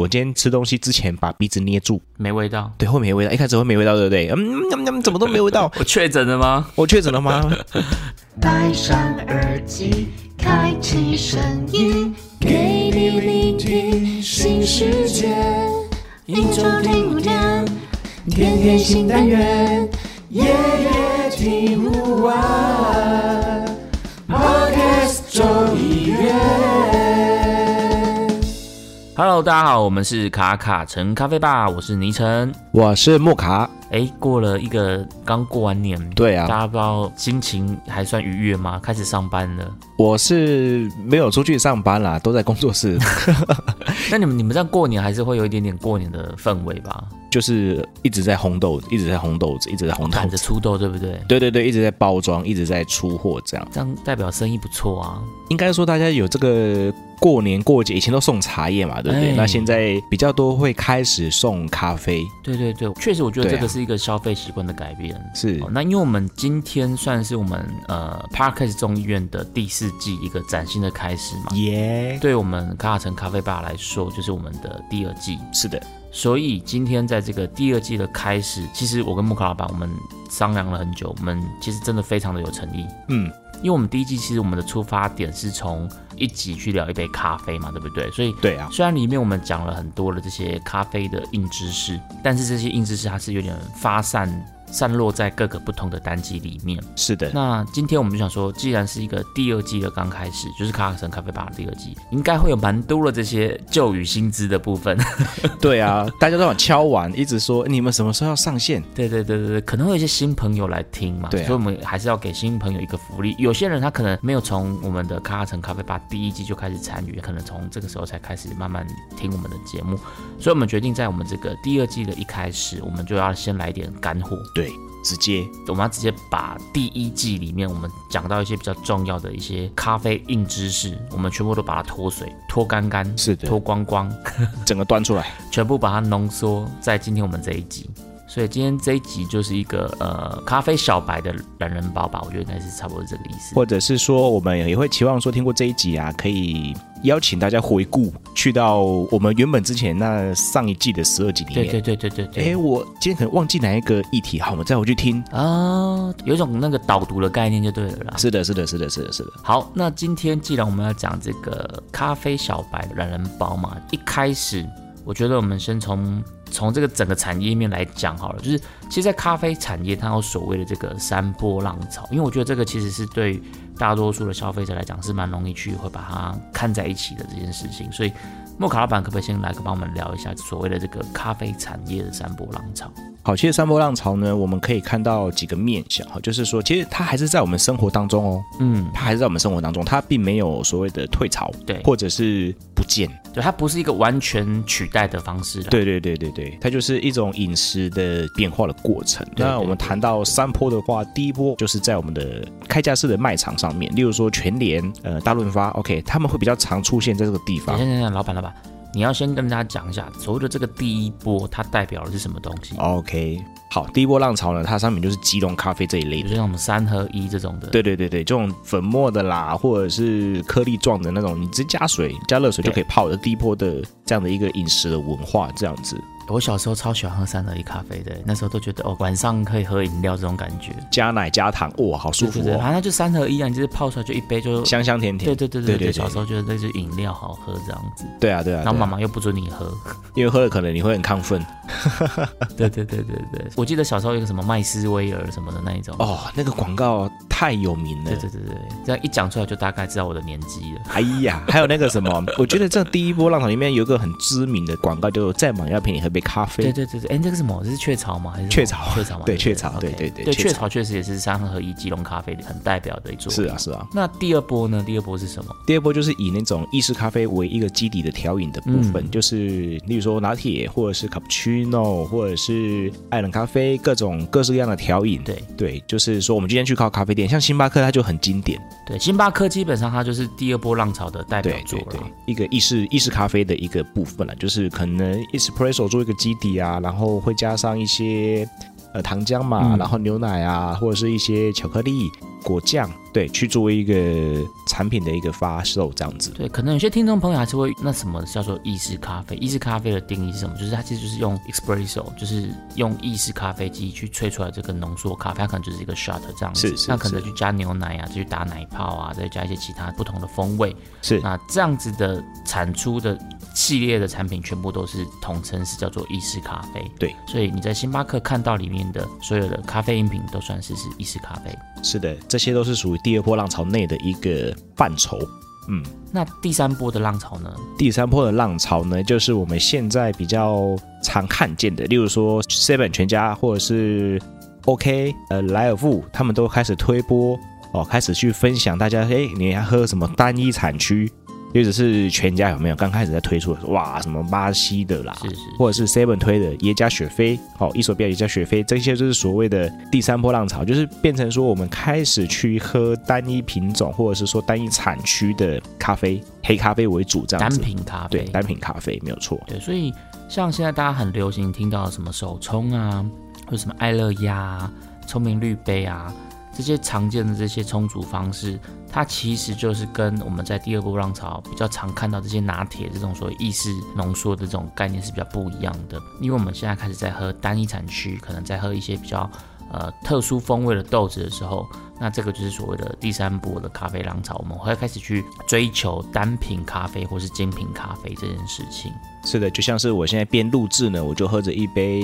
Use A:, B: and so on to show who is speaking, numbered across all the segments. A: 我今天吃东西之前把鼻子捏住，
B: 没味道。，
A: 对，会没味道，一开始会没味道，对不对？嗯，嗯嗯怎么都没味道
B: 我确诊了吗？
A: 我确诊了吗？
C: 戴上耳机，开启声音，给你聆听新世界。一周听五天，天天新单元，夜夜听不完。Podcast 中医院。
B: Hello，大家好，我们是卡卡城咖啡吧，我是倪晨。
A: 我是莫卡，
B: 哎，过了一个刚过完年，
A: 对啊
B: 大家不知道心情还算愉悦吗？开始上班了。
A: 我是没有出去上班啦，都在工作室，
B: 那你们你们这样过年还是会有一点点过年的氛围吧？
A: 就是一直在烘豆子，一直在烘豆子，一直在烘
B: 喊
A: 豆
B: 着
A: 子。
B: 出豆，对不对？
A: 对对对，一直在包装，一直在出货，这样
B: 这样代表生意不错啊。
A: 应该说大家有这个过年过节，以前都送茶叶嘛，对不对？
B: 哎
A: 那现在比较多会开始送咖啡，
B: 对对对，确实我觉得
A: 对啊
B: 这个是一个消费习惯的改变。
A: 是
B: 哦那因为我们今天算是我们呃 Parkes 众议院的第四季一个崭新的开始嘛，
A: 耶
B: 对我们卡卡城咖啡吧来说，就是我们的第二季。
A: 是的，
B: 所以今天在这个第二季的开始，其实我跟木卡老板我们商量了很久，我们其实真的非常的有诚意，
A: 嗯，
B: 因为我们第一季其实我们的出发点是从一起去聊一杯咖啡嘛，对不对？所以
A: 对啊，
B: 虽然里面我们讲了很多的这些咖啡的硬知识，但是这些硬知识它是有点发散散落在各个不同的单集里面。
A: 是的，
B: 那今天我们就想说，既然是一个第二季的刚开始，就是卡卡森咖啡吧的第二季，应该会有蛮多的这些旧与新知的部分。
A: 对啊，大家都想敲完，一直说你们什么时候要上线？
B: 对对对对对，可能会有一些新朋友来听嘛，
A: 对啊
B: 所以我们还是要给新朋友一个福利。有些人他可能没有从我们的卡卡城咖啡吧第一季就开始参与，可能从这个时候才开始慢慢听我们的节目，所以我们决定在我们这个第二季的一开始，我们就要先来点干货，
A: 对，直接
B: 我们要直接把第一季里面我们讲到一些比较重要的一些咖啡硬知识，我们全部都把它脱水、脱干干、
A: 是的
B: 脱光光，
A: 整个端出来，
B: 全部把它浓缩在今天我们这一集。所以今天这一集就是一个呃咖啡小白的懒人包吧，我觉得应该是差不多这个意思。
A: 或者是说我们也会期望说，听过这一集啊，可以邀请大家回顾去到我们原本之前那上一季的十二集里
B: 对
A: 面。
B: 对对对对对。
A: 哎，我今天可能忘记哪一个议题，好，我们再回去听。
B: 啊、有一种那个导读的概念就对了啦。
A: 是的，是的，是的，是的，是的，
B: 好，那今天既然我们要讲这个咖啡小白的懒人包嘛，一开始我觉得我们先从从这个整个产业面来讲好了，就是其实，在咖啡产业它有所谓的这个山坡浪潮，因为我觉得这个其实是对大多数的消费者来讲是蛮容易去会把它看在一起的这件事情，所以。莫卡老板可不可以先来帮我们聊一下所谓的这个咖啡产业的山坡浪潮？
A: 好，其实山坡浪潮呢，我们可以看到几个面向哈，就是说，其实它还是在我们生活当中哦，
B: 嗯，
A: 它还是在我们生活当中，它并没有所谓的退潮，
B: 对
A: 或者是不见，
B: 对，它不是一个完全取代的方式啦。
A: 对对对对对，它就是一种饮食的变化的过程。
B: 对
A: 那我们谈到山坡的话，第一波就是在我们的开架式的卖场上面，例如说全联、呃大润发，OK，他们会比较常出现在这个地
B: 等
A: 方
B: 一下，。等一下，老板，老板，你要先跟大家讲一下，所谓的这个第一波，它代表的是什么东
A: 哦
B: 西？
A: OK，好，第一波浪潮呢，它上面就是吉隆咖啡这一类
B: 比如
A: 的。
B: 说像我们三合一这种的，
A: 对对对对，这种粉末的啦，或者是颗粒状的那种，你直接加水、加热水就可以泡的第一波的这样的一个饮食的文化，这样子
B: 我小时候超喜欢喝三合一咖啡的，那时候都觉得哦，晚上可以喝饮料这种感觉，
A: 加奶加糖，哇，好舒服
B: 对对对
A: 哦，
B: 反正就三合一啊，你就是泡出来就一杯就。
A: 香香甜甜。
B: 对对对对
A: 对对
B: 对，小时候觉得那是饮料好喝这样子，
A: 对啊对啊，
B: 然后
A: 对啊
B: 妈妈又不准你 喝，
A: 因为喝了可能你会很亢奋。
B: 对对对对对，我记得小时候有个什么麦斯威尔什么的那一种，
A: 哦，那个广告太有名了
B: 对。对对对，这样一讲出来就大概知道我的年纪了。
A: 哎呀， 还有那个什么，我觉得这第一波浪潮里面有一个很知名的广告，就是“再忙要陪你喝杯咖啡
B: 对对对对，哎，这个是什么？这是雀巢吗？还是什么
A: 雀巢
B: 雀巢吗？
A: 对
B: 不
A: 雀巢
B: OK
A: 对对对
B: 对，
A: 雀
B: 雀
A: 巢
B: 巢确实也是三合一基隆咖啡很代表的一”。座。
A: 是啊，。是啊。
B: 那第二波呢？第二波是什么？
A: 第二波就是以那种意式咖啡为一个基底的调饮的部分，就是例如说拿铁，或者是 cappuccino，或者是爱尔兰咖啡，各种各式各样的调饮。
B: 对
A: 对，就是说我们今天去靠咖啡店，像星巴克它就很经典，
B: 对，星巴克基本上它就是第二波浪潮的代表
A: 对
B: 作
A: 对
B: 了。
A: 对，一个意式意式咖啡的一个部分了，就是可能 espresso 做一个基底啊，然后会加上一些呃糖浆嘛，
B: 嗯
A: 然后牛奶啊，或者是一些巧克力果酱。对，去作为一个产品的一个发售这样子。
B: 对，可能有些听众朋友还是会那什么叫做意式咖啡？意式咖啡的定义是什么？就是它其实就是用 espresso，就是用意式咖啡机去萃出来这个浓缩咖啡，它可能就是一个 shot 这样子。
A: 是是
B: 那可能
A: 是
B: 去加牛奶啊，再去打奶泡啊，再加一些其他不同的风味。
A: 是
B: 那这样子的产出的系列的产品，全部都是统称是叫做意式咖啡。
A: 对，
B: 所以你在星巴克看到里面的所有的咖啡饮品，都算是是意式咖啡。
A: 是的，这些都是属于第二波浪潮内的一个范畴。嗯，
B: 那第三波的浪潮呢？
A: 第三波的浪潮呢，就是我们现在比较常看见的，例如说 Seven 全家或者是 OK 呃莱尔富，他们都开始推波哦，开始去分享大家，哎，你要喝什么单一产区，或者是全家有没有刚开始在推出的时候，哇，什么巴西的啦，
B: 是是
A: 啊或者是 Seven 推的耶加雪菲，哦，伊索比亚耶加雪菲，这些就是所谓的第三波浪潮，就是变成说我们开始去喝单一品种或者是说单一产区的咖啡，黑咖啡为主这样
B: 单
A: 子。
B: 品咖啡。
A: 对，单品咖啡没有错。
B: 对，所以像现在大家很流行听到什么手冲啊，或者什么爱乐压啊、聪明绿杯啊，这些常见的这些冲煮方式，它其实就是跟我们在第二波浪潮比较常看到这些拿铁这种所谓意式浓缩的这种概念是比较不一样的，因为我们现在开始在喝单一产区，可能在喝一些比较。呃，特殊风味的豆子的时候，那这个就是所谓的第三波的咖啡浪潮，我们会开始去追求单品咖啡或是精品咖啡这件事情。
A: 是的，就像是我现在边录制呢，我就喝着一杯，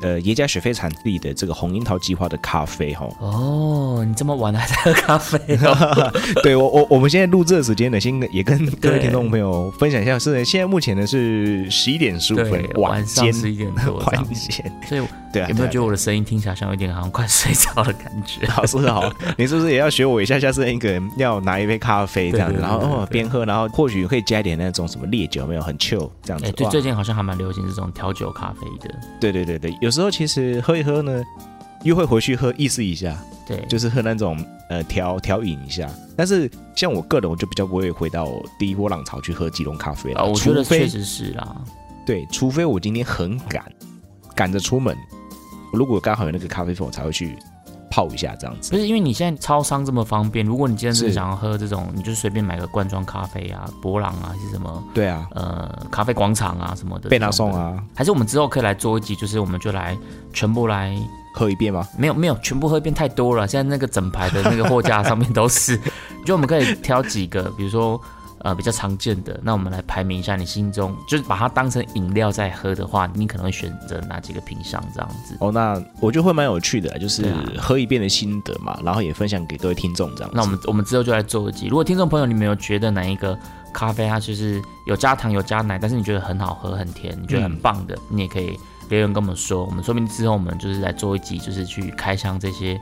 A: 呃，耶加雪菲产地的这个红樱桃计划的咖啡哈、
B: 哦，你这么晚还在喝咖啡、 哦？
A: 对我我我们现在录制的时间呢，先也跟各位
B: 对
A: 听众朋友分享一下，是现在目前呢是十一点十五分
B: 对，，
A: 晚
B: 晚上
A: 间。
B: 十一点多这
A: 晚。
B: 样
A: 间，
B: 所以
A: 对啊，
B: 有没
A: 对
B: 有
A: 啊
B: 觉得我的声音听起来像有点好像快睡着的感觉？
A: 老师 好，你是不是也要学我一下？下次一个人要拿一杯咖啡这样子，
B: 对对对
A: 然后
B: 对对
A: 哦边喝，然后或许可以加一点那种什么烈酒，有没有很 chill 这样
B: 哎、
A: 子。
B: 对，
A: 哇
B: 最近好像还蛮流行这种调酒咖啡的。
A: 对对对对，有时候其实喝一喝呢，又会回去喝意思一下，
B: 对，
A: 就是喝那种呃调调饮一下。但是像我个人，我就比较不会回到第一波浪潮去喝吉隆咖啡了。
B: 啊，我觉得
A: 除非
B: 确实是啦。
A: 对，除非我今天很赶，赶着出门，如果刚好有那个咖啡粉，我才会去泡一下这样子。
B: 不是因为你现在超商这么方便，如果你今天是
A: 是
B: 想要喝这种，你就随便买个罐装咖啡啊，博朗啊，还是什么
A: 对啊，
B: 呃咖啡广场啊什么的，
A: 贝纳颂，啊，
B: 还是我们之后可以来做一集，就是我们就来全部来
A: 喝一遍吗？
B: 没有没有，全部喝一遍太多了，现在那个整排的那个货架上面都是。 就我们可以挑几个，比如说呃比较常见的，那我们来排名一下你心中，就是把它当成饮料在喝的话，你可能会选择哪几个品相这样子。
A: 哦，那我觉得会蛮有趣的，就是
B: 对啊
A: 喝一遍的心得嘛，然后也分享给各位听众这样子。
B: 那我们我们之后就来做一集。如果听众朋友你们有觉得哪一个咖啡它就是有加糖有加奶，但是你觉得很好喝很甜，你觉得很棒的，你也可以留言跟我们说。我们说不定之后我们就是来做一集，就是去开箱这些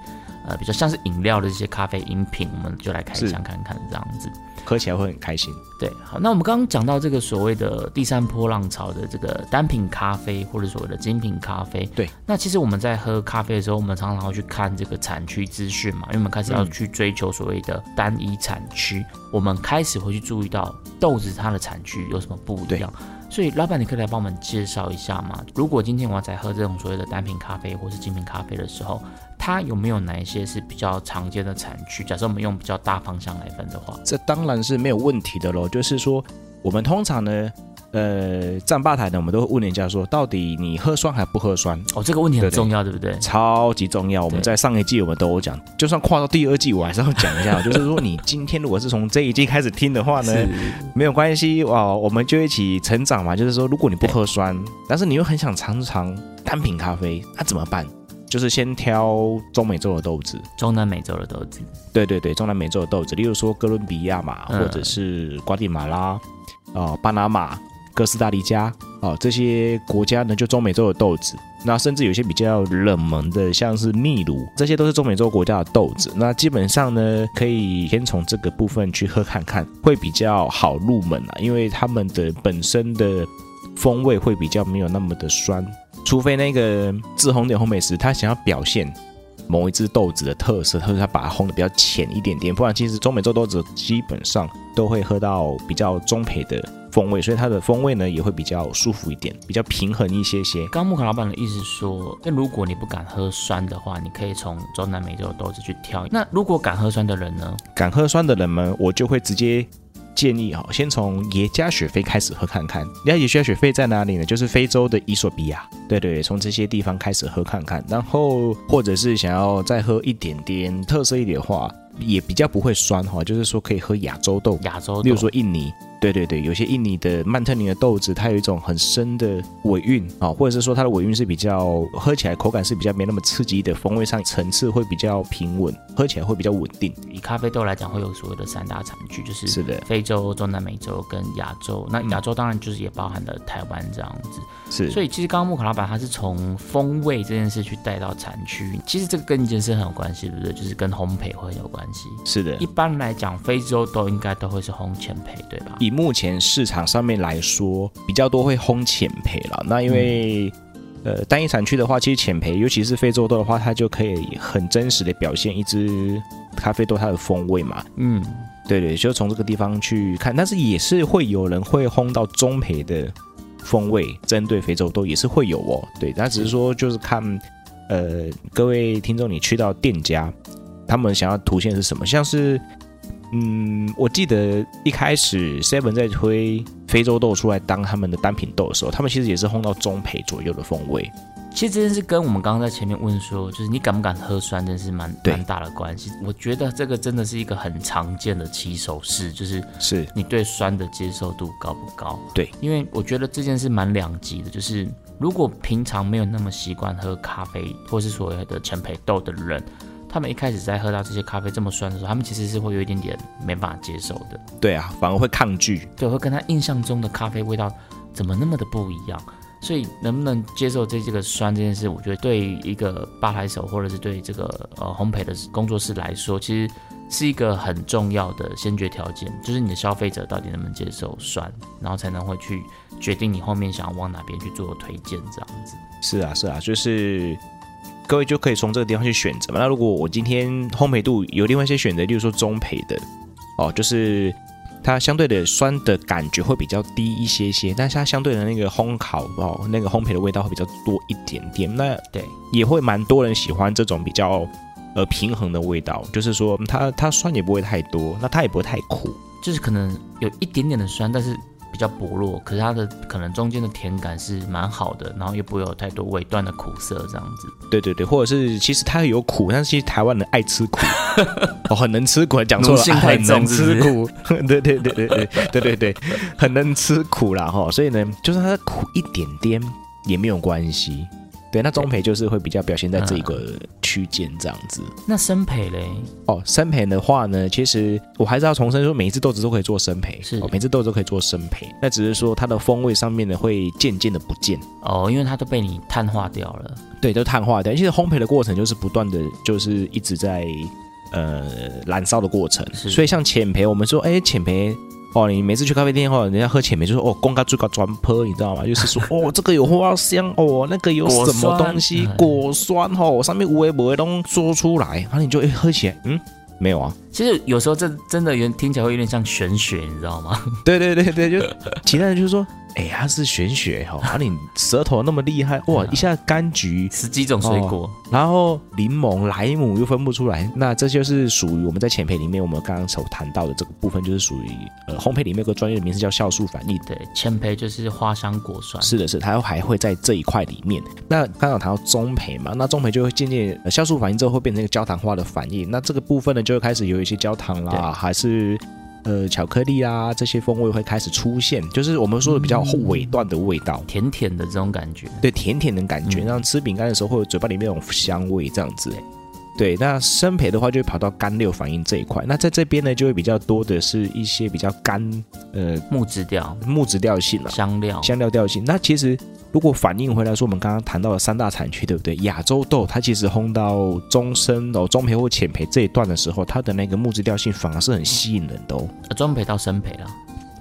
B: 呃比较像是饮料的这些咖啡饮品，我们就来开
A: 是
B: 箱看看这样子。
A: 喝起来会很开心。
B: 对，好，那我们刚刚讲到这个所谓的第三波浪潮的这个单品咖啡，或者所谓的精品咖啡。
A: 对，
B: 那其实我们在喝咖啡的时候，我们常常会去看这个产区资讯嘛，因为我们开始
A: 嗯
B: 要去追求所谓的单一产区，我们开始会去注意到豆子它的产区有什么不一样。所以，老板，你可以来帮我们介绍一下吗？如果今天我要在喝这种所谓的单品咖啡或是精品咖啡的时候，它有没有哪一些是比较常见的产区？假设我们用比较大方向来分的话，
A: 这当然是没有问题的喽。就是说，我们通常呢，呃，站吧台呢，我们都会问人家说，到底你喝酸还不喝酸？
B: 哦，这个问题很
A: 对对
B: 重要，对不对？
A: 超级重要。我们
B: 对
A: 在上一季我们都有讲，就算跨到第二季，我还是要讲一下。就是说，你今天如果是从这一季开始听的话呢，没有关系哦，我们就一起成长嘛。就是说，如果你不喝酸，但是你又很想尝尝单品咖啡，那、怎么办？就是先挑中美洲的豆子，
B: 中南美洲的豆子，
A: 对对对，中南美洲的豆子，例如说哥伦比亚嘛，
B: 嗯
A: 或者是瓜地马拉、呃巴拿马、哥斯达黎加哦、这些国家呢，就中美洲的豆子。那甚至有一些比较冷门的，像是秘鲁，这些都是中美洲国家的豆子。那基本上呢，可以先从这个部分去喝看看，会比较好入门啊，因为他们的本身的风味会比较没有那么的酸，除非那个自烘的烘焙师他想要表现某一只豆子的特色，或者它把它烘的比较浅一点点，不然其实中美洲豆子基本上都会喝到比较中培的风味，所以它的风味呢也会比较舒服一点，比较平衡一些些。
B: 刚木卡老板的意思是说，那如果你不敢喝酸的话，你可以从中南美洲的豆子去挑。那如果敢喝酸的人呢？
A: 敢喝酸的人们，我就会直接建议哈，先从耶加雪菲开始喝看看。耶加雪菲在哪里呢？就是非洲的伊索比亚。对对，从这些地方开始喝看看，然后或者是想要再喝一点点特色一点的话，也比较不会酸哈，就是说可以喝亚洲豆，
B: 亚洲豆
A: 例如说印尼。对对对，有些印尼的曼特宁的豆子，它有一种很深的尾韵啊，或者是说它的尾韵是比较喝起来口感是比较没那么刺激的，风味上层次会比较平稳，喝起来会比较稳定。
B: 以咖啡豆来讲，会有所谓的三大产区，就是
A: 是的嗯
B: 非洲、中南美洲跟亚洲。那亚洲当然就是也包含了台湾这样子。
A: 是，
B: 所以其实刚刚木卡老板他是从风味这件事去带到产区，其实这个跟一件事很有关系，对不对？就是跟烘焙会很有关系。
A: 是的
B: 一。般来讲，非洲都应该都会是烘前焙，对吧？
A: 以目前市场上面来说，比较多会烘浅焙了。那因为、呃单一产区的话，其实浅焙，尤其是非洲豆的话，它就可以很真实的表现一支咖啡豆它的风味嘛。
B: 嗯，
A: 对对，就从这个地方去看，但是也是会有人会烘到中培的风味，针对非洲豆也是会有哦。对，那只是说就是看，呃，各位听众你去到店家，他们想要图现的是什么？像是，嗯，我记得一开始 Seven 在推非洲豆出来当他们的单品豆的时候，他们其实也是烘到中培左右的风味。
B: 其实这件事跟我们刚刚在前面问说，就是你敢不敢喝酸，真是蛮
A: 对
B: 蛮大的关系。我觉得这个真的是一个很常见的起手式，就是
A: 是
B: 你对酸的接受度高不高？
A: 对，
B: 因为我觉得这件事蛮两极的，就是如果平常没有那么习惯喝咖啡或是所谓的陈培豆的人，他们一开始在喝到这些咖啡这么酸的时候，他们其实是会有一点点没办法接受的，
A: 对啊，反而会抗拒。
B: 对，会跟他印象中的咖啡味道怎么那么的不一样。所以能不能接受这这个酸这件事，我觉得对于一个吧台手或者是对这个呃烘焙的工作室来说，其实是一个很重要的先决条件，就是你的消费者到底能不能接受酸，然后才能会去决定你后面想要往哪边去做推荐这样子。
A: 是啊，是啊，就是各位就可以从这个地方去选择嘛。那如果我今天烘焙度有另外一些选择，例如说中焙的，哦，就是它相对的酸的感觉会比较低一些些，但是它相对的那个烘烤哦，那个烘焙的味道会比较多一点点。那
B: 对，
A: 也会蛮多人喜欢这种比较呃平衡的味道，就是说嗯它它酸也不会太多，那它也不会太苦。
B: 就是可能有一点点的酸，但是比较薄弱，可是它的可能中间的甜感是蛮好的，然后也不会有太多尾段的苦涩这样子。
A: 对对对，或者是其实它有苦，但是其实台湾人爱吃苦，哦，很能吃苦，讲错了，
B: 奴性太重
A: 很能
B: 是
A: 吃苦，对对对对对对对对，很能吃苦啦哈，所以呢，就是它苦一点点也没有关系。对，那中培就是会比较表现在这个区间这样子。
B: 那生培嘞，
A: 哦，生培的话呢，其实我还是要重申说，每一只豆子都可以做生培，
B: 是
A: 哦，每只豆子都可以做生培，那只是说它的风味上面呢会渐渐的不见。
B: 哦，因为它都被你碳化掉了，
A: 对，都碳化掉。其实烘焙的过程就是不断的，就是一直在呃燃烧的过程。
B: 是
A: 所以像浅焙，我们说，哎，浅焙。哦，你每次去咖啡店后，人家喝浅焙就说哦，公咖猪咖专坡，你知道吗？就是 说哦，这个有花香哦，那个有
B: 果
A: 什么
B: 酸
A: 东西
B: 嗯
A: 果酸哦，上面无为不会都说出来，然后你就哎喝起来，嗯，没有 啊，
B: 其实有时候这真的有听起来会有点像玄学，你知道吗？
A: 对对对对，就其他人就说，哎，它是玄学哦，啊，你舌头那么厉害
B: 啊
A: 哇，一下柑橘
B: 十几种水果，
A: 然后柠檬、莱姆又分不出来，那这就是属于我们在浅焙里面我们刚刚所谈到的这个部分，就是属于呃烘焙里面有个专业的名词叫酵素反应。
B: 对，千培就是花香果酸，
A: 是的，是的它还会在这一块里面。那刚刚有谈到中培嘛，那中培就会渐渐呃酵素反应之后会变成一个焦糖化的反应，那这个部分呢就会开始有一些焦糖
B: 对
A: 啦，还是呃巧克力啦这些风味会开始出现，就是我们说的比较后尾段的味道。
B: 甜甜的这种感觉。
A: 对甜甜的感觉，
B: 嗯
A: 让吃饼干的时候会有嘴巴里面有香味这样子。对，那生培的话就会跑到干六反应这一块，那在这边呢就会比较多的是一些比较干呃
B: 木质调、
A: 木质调性啊，
B: 香料，
A: 香料调性。那其实如果反应回来说，我们刚刚谈到了三大产区，对不对？亚洲豆它其实烘到中深哦、中培或浅培这一段的时候，它的那个木质调性反而是很吸引人的哦。
B: 呃中培到生培了。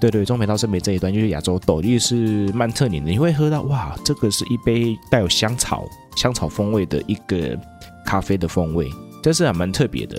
A: 对对，中培到深培这一段就是亚洲豆，也是曼特宁的，你会喝到哇，这个是一杯带有香草香草风味的一个咖啡的风味，这是还蛮特别的。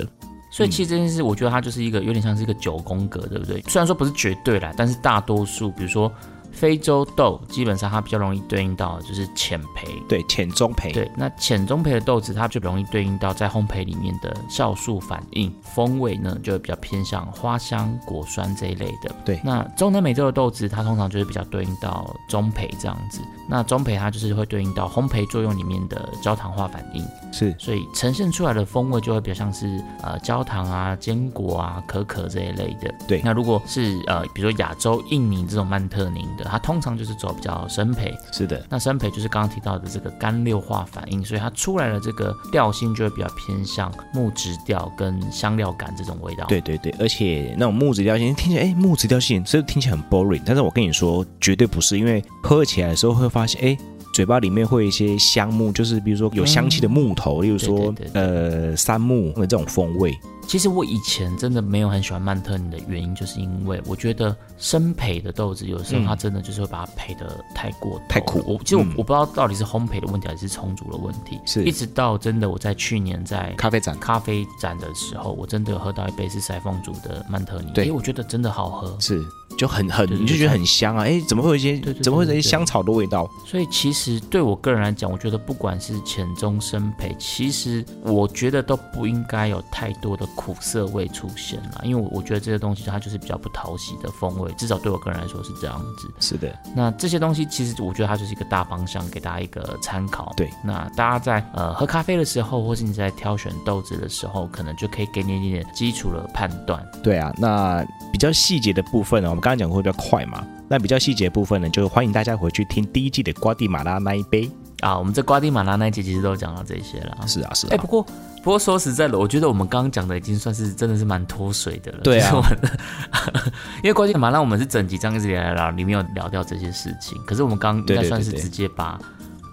B: 所以
A: 嗯
B: 其实这件事，我觉得它就是一个有点像是一个九宫格，对不对？虽然说不是绝对啦，但是大多数，比如说非洲豆，基本上它比较容易对应到就是浅焙。
A: 对，浅中培，
B: 对，那浅中焙的豆子，它就容易对应到在烘焙里面的酵素反应，风味呢就会比较偏向花香、果酸这一类的。
A: 对
B: 那中南美洲的豆子，它通常就是比较对应到中焙这样子。那中焙它就是会对应到烘焙作用里面的焦糖化反应，
A: 是
B: 所以呈现出来的风味就会比较像是呃焦糖啊、坚果啊、可可这一类的。
A: 对
B: 那如果是呃比如说亚洲印尼这种曼特宁的，它通常就是走比较深焙，
A: 是的，
B: 那生培就是刚刚提到的这个干六化反应，所以它出来的这个调性就会比较偏向木质调跟香料感这种味道。
A: 对对对，而且那种木质调性听起来，哎，木质调性这听起来很 boring，但是我跟你说，绝对不是，因为喝起来的时候会发现，哎。嘴巴里面会有一些香木，就是比如说有香气的木头，例如说
B: 对对对
A: 呃杉木的这种风味，
B: 其实我以前真的没有很喜欢曼特宁的原因，就是因为我觉得生培的豆子有时候它真的就是会把它培的太过头
A: 嗯太苦
B: 我其实我
A: 嗯
B: 我不知道到底是烘焙的问题还是充足的问题，
A: 是
B: 一直到真的我在去年在
A: 咖啡展
B: 咖啡展的时候，我真的有喝到一杯是塞凤竹的曼特宁，
A: 对
B: 诶我觉得真的好喝，
A: 是就很很，
B: 对对
A: 你就
B: 对
A: 觉得
B: 它
A: 很香啊，哎，怎么会有一些
B: 对对对
A: 怎么会有一
B: 对
A: 些
B: 对
A: 香草的味道？
B: 所以其实对我个人来讲，我觉得不管是浅中深培，其实我觉得都不应该有太多的苦涩味出现啦，因为我我觉得这些东西它就是比较不讨喜的风味，至少对我个人来说是这样子。
A: 是的，
B: 那这些东西其实我觉得它就是一个大方向，给大家一个参考。
A: 对，
B: 那大家在呃喝咖啡的时候，或是你在挑选豆子的时候，可能就可以给你一点点基础的判断。
A: 对啊，那比较细节的部分呢，我们刚刚讲过比较快嘛，那比较细节的部分呢，就是欢迎大家回去听第一季的瓜地马拉那一杯。
B: 啊，我们在瓜地马拉那一集其实都讲到这些了。
A: 是啊，是啊
B: 哎、不，过不过说实在的，我觉得我们刚刚讲的已经算是真的是蛮脱水的了。
A: 对啊
B: 就是我们因为关键马拉我们是整集这样一直聊聊聊，里面有聊掉这些事情，可是我们刚刚应
A: 对
B: 该
A: 对
B: 算
A: 对
B: 是
A: 对
B: 直接把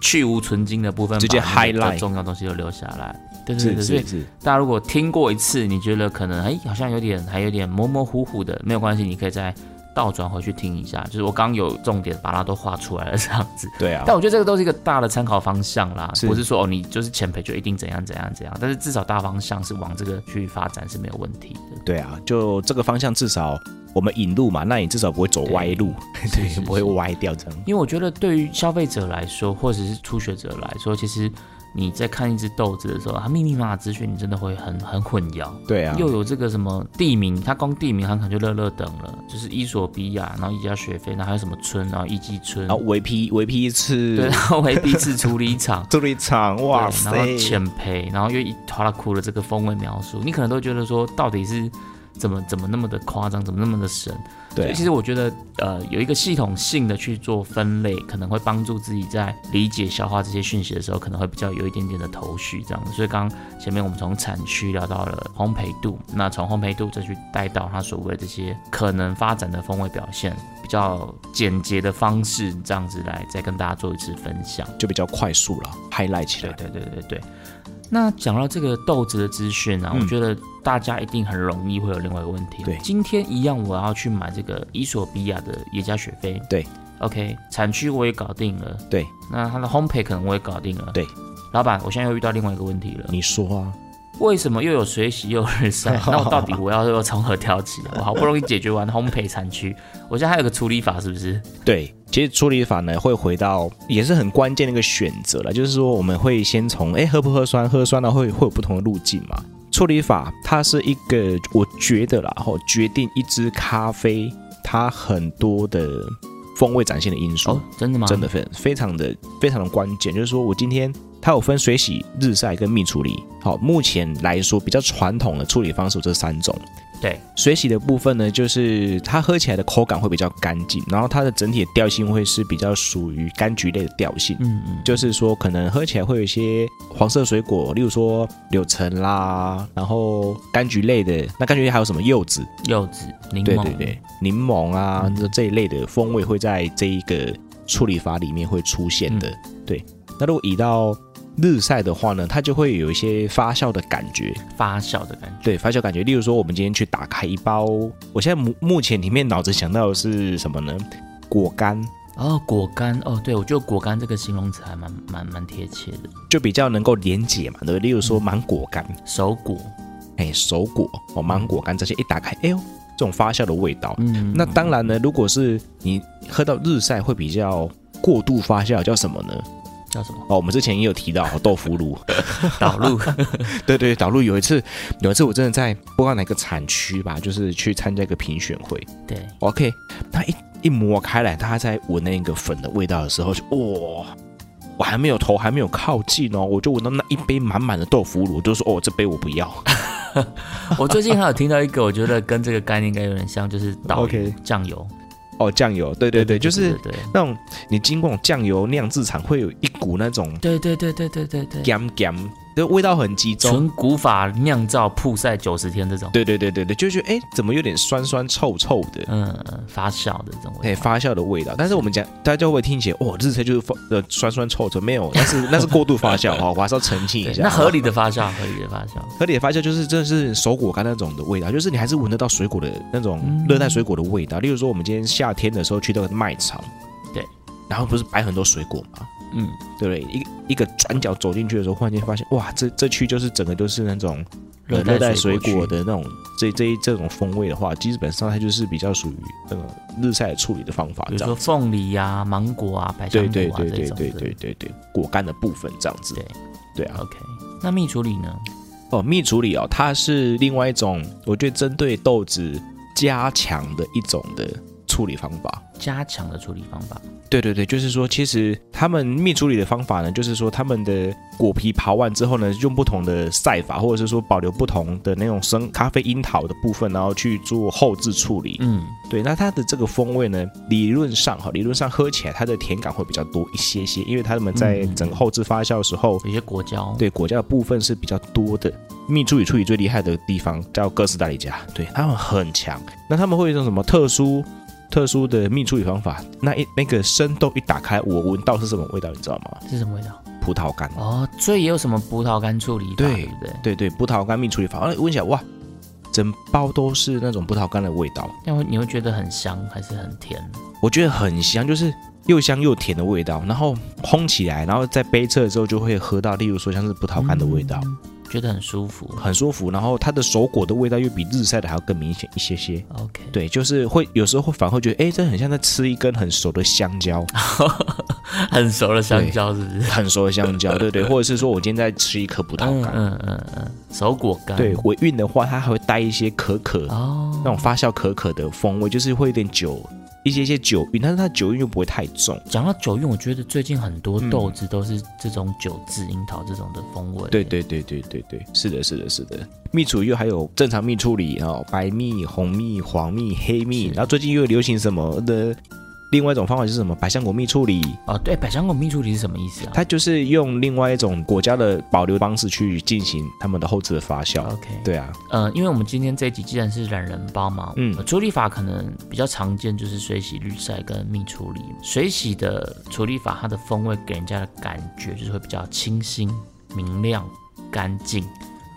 B: 去无存精的部分，
A: 直接
B: 把那个比较
A: highlight
B: 重要的东西都留下来。对对
A: 是
B: 对，
A: 是
B: 所以
A: 是是，
B: 大家如果听过一次，你觉得可能哎好像有点还有点模模糊糊的，没有关系，你可以再倒转回去听一下。就是我刚刚有重点把它都画出来了这样子。
A: 对啊
B: 但，我觉得这个都是一个大的参考方向啦，
A: 是
B: 不是说哦你就是前培就一定怎样怎样怎样，但是至少大方向是往这个去发展是没有问题的。
A: 对啊，就这个方向至少我们引路嘛，那你至少不会走歪路， 对，
B: 是是
A: 不会歪掉这样。
B: 因为我觉得对于消费者来说，或者是初学者来说，其实你在看一只豆子的时候，它密密麻麻的资讯，你真的会很很混淆。
A: 对啊，
B: 又有这个什么地名，它光地名它可能就乐乐等了，就是伊索比亚，然后伊加学费，然后还有什么村，然后伊基村，
A: 然后围批围批一
B: 对，
A: 次
B: 然，后维比次处理厂，
A: 这一场，哇
B: 对
A: 塞
B: 然，后浅培，然后又一哗啦哭的这个风味描述，你可能都觉得说，到底是怎么怎么那么的夸张，怎么那么的神？
A: 对
B: 所
A: 啊
B: 以其实我觉得，呃，有一个系统性的去做分类，可能会帮助自己在理解、消化这些讯息的时候，可能会比较有一点点的头绪这样子。所以刚刚前面我们从产区聊到了烘焙度，那从烘焙度再去带到它所谓的这些可能发展的风味表现，比较简洁的方式，这样子来再跟大家做一次分享。
A: 就比较快速了，highlight 起
B: 对
A: 来。
B: 对对对对。那讲到这个豆子的资讯啊，
A: 嗯
B: 我觉得大家一定很容易会有另外一个问题。啊
A: 对
B: 今天一样，我要去买这个伊索比亚的耶加雪菲。
A: 对
B: ，OK，产区我也搞定了，
A: 对，
B: 那它的烘焙可能我也搞定了。
A: 对，
B: 老板，我现在又遇到另外一个问题了，
A: 你说啊，
B: 为什么又有水洗又有 日晒？那我到底我要又从何挑起啊？我好不容易解决完烘焙产区，我现在还有个处理法，是不是？
A: 对，其实处理法呢会回到也是很关键的一个选择了，就是说我们会先从哎喝不喝酸，喝酸呢会会有不同的路径嘛。处理法它是一个我觉得啦，吼，决定一支咖啡它很多的风味展现的因素。
B: 哦，真的吗？
A: 真的非非常的非常的关键，就是说我今天它有分水洗、日晒跟蜜处理。好，目前来说比较传统的处理方式有这三种。
B: 对，
A: 水洗的部分呢，就是它喝起来的口感会比较干净，然后它的整体的调性会是比较属于柑橘类的调性。
B: 嗯嗯，
A: 就是说，可能喝起来会有一些黄色水果，例如说柳橙啦，然后柑橘类的。那柑橘类还有什么柚子？
B: 柚子、柠檬，
A: 对对对，柠檬啊，这、这一类的风味会在这一个处理法里面会出现的。对，那如果移到日晒的话呢，它就会有一些发酵的感觉，
B: 发酵的感觉。
A: 对，发酵感觉。例如说，我们今天去打开一包，我现在目目前里面脑子想到的是什么呢？果干，
B: 哦，果干哦，对，我觉得果干这个形容词还蛮蛮蛮贴切的。
A: 就比较能够连结嘛，对不对？例如说芒果干，
B: 手果，
A: 哎、手果哦，芒果干这些一打开，哎呦，这种发酵的味道。
B: 嗯，
A: 那当然呢，如果是你喝到日晒会比较过度发酵，叫什么呢？
B: 叫什 么？
A: 哦，我们之前也有提到、哦、豆腐 乳，
B: 导入
A: 对对，导入有一次，有一次我真的在不知道哪个产区吧，就是去参加一个评选会
B: 对，
A: ，OK，它一一磨开来，它在闻那个粉的味道的时候，就哇、我还没有头还没有靠近哦，我就闻到那一杯满满的豆腐乳，我就说哦，这杯我不要。
B: 我最近还有听到一个，我觉得跟这个概念应该有点像，就是导
A: OK
B: 酱油。
A: 哦，酱油，对对对，就是
B: 对
A: 那种你经过那种酱油酿制厂，会有一股那种
B: 对对对对对对对对，
A: gam gam，就味道很集中。
B: 纯古法酿造曝晒九十天这种，
A: 对对对对对，就觉得哎，怎么有点酸酸臭臭的？
B: 嗯，发酵的这种
A: 哎，
B: 味道。
A: 发酵的味道，但是我们讲，大家会不会听起来，哦，日菜就是发呃酸酸臭臭，没有，但是那是过度发酵 哈、哦，我还是要澄清一
B: 对
A: 下。
B: 那合理
A: 哦
B: 的发酵，合理的发酵。
A: 合理的发酵就是真的是手果干那种的味道，就是你还是闻得到水果的那
B: 嗯
A: 种热带水果的味道。例如说，我们今天夏天的时候去到卖场，
B: 对，
A: 然后不是摆很多水果嘛，
B: 嗯，
A: 对不对？一个一个转角走进去的时候，忽然间发现，哇，这这区就是整个都是那种呃热带水果
B: 区
A: 的那种这这一这种风味的话，基本上它就是比较属于那种日晒处理的方法
B: 比
A: 这
B: 如
A: 样
B: 说凤梨啊、芒果啊、百香
A: 对
B: 果
A: 对对
B: 啊这
A: 对
B: 种。
A: 对对对对，果干的部分这样子。
B: 对
A: 对啊，
B: ，OK。那蜜处理呢？
A: 哦，蜜处理哦，它是另外一种，我觉得针对豆子加强的一种的处理方法。
B: 加强的处理方法，
A: 对对对，就是说，其实他们蜜处理的方法呢，就是说他们的果皮刨完之后呢，用不同的晒法，或者是说保留不同的那种生咖啡樱桃的部分，然后去做后置处理。
B: 嗯，
A: 对，那它的这个风味呢，理论上哈，理论上喝起来它的甜感会比较多一些些，因为他们在
B: 嗯
A: 整个后置发酵的时候，
B: 有些哦果胶，
A: 对果酱的部分是比较多的。蜜处理处理最厉害的地方叫哥斯达黎加，对他们很强。那他们会有一种什么特殊特殊的蜜处理方法？那一那个生豆一打开，我闻到是什么味道，你知道吗？
B: 是什么味道？
A: 葡萄干。
B: 哦，所以也有什么葡萄干处理法，
A: 对
B: 对不对？
A: 对对，葡萄干蜜处理法。哎，闻起来哇，整包都是那种葡萄干的味道，
B: 那会你会觉得很香还是很甜？
A: 我觉得很香，就是又香又甜的味道。然后烘起来，然后在杯测之后就会喝到，例如说像是葡萄干的味道，
B: 嗯觉得很舒服。
A: 很舒服。然后它的手果的味道又比日晒的还要更明显一些些。
B: OK，
A: 对，就是会有时候会反而会觉得，哎、这很像在吃一根很熟的香 蕉，
B: 很熟的香蕉是不是？
A: 很熟的香蕉，对对，或者是说我今天在吃一颗葡萄
B: 嗯
A: 干，
B: 嗯嗯嗯，手果干。
A: 对，尾韵的话，它还会带一些可可、
B: 哦，
A: 那种发酵可可的风味，就是会有点酒，一些一些酒韵，但是它酒韵又不会太重，
B: 讲到酒韵，我觉得最近很多豆子都是这种酒质、樱桃这种的风味。
A: 嗯对，对对对对对，是的，是的，是的。蜜处理又还有正常蜜处理哦，白蜜、红蜜、黄蜜、黑蜜，
B: 是
A: 然后最近又流行什么的，另外一种方法就是什么百香果蜜处理，
B: 哦，对，百香果蜜处理是什么意思啊？
A: 它就是用另外一种果胶的保留方式去进行他们的后置的发酵。
B: OK，
A: 对啊，
B: 呃，因为我们今天这一集既然是懒人包嘛，
A: 嗯
B: 呃处理法可能比较常见就是水洗、日晒跟蜜处理。水洗的处理法，它的风味给人家的感觉就是会比较清新、明亮、干净。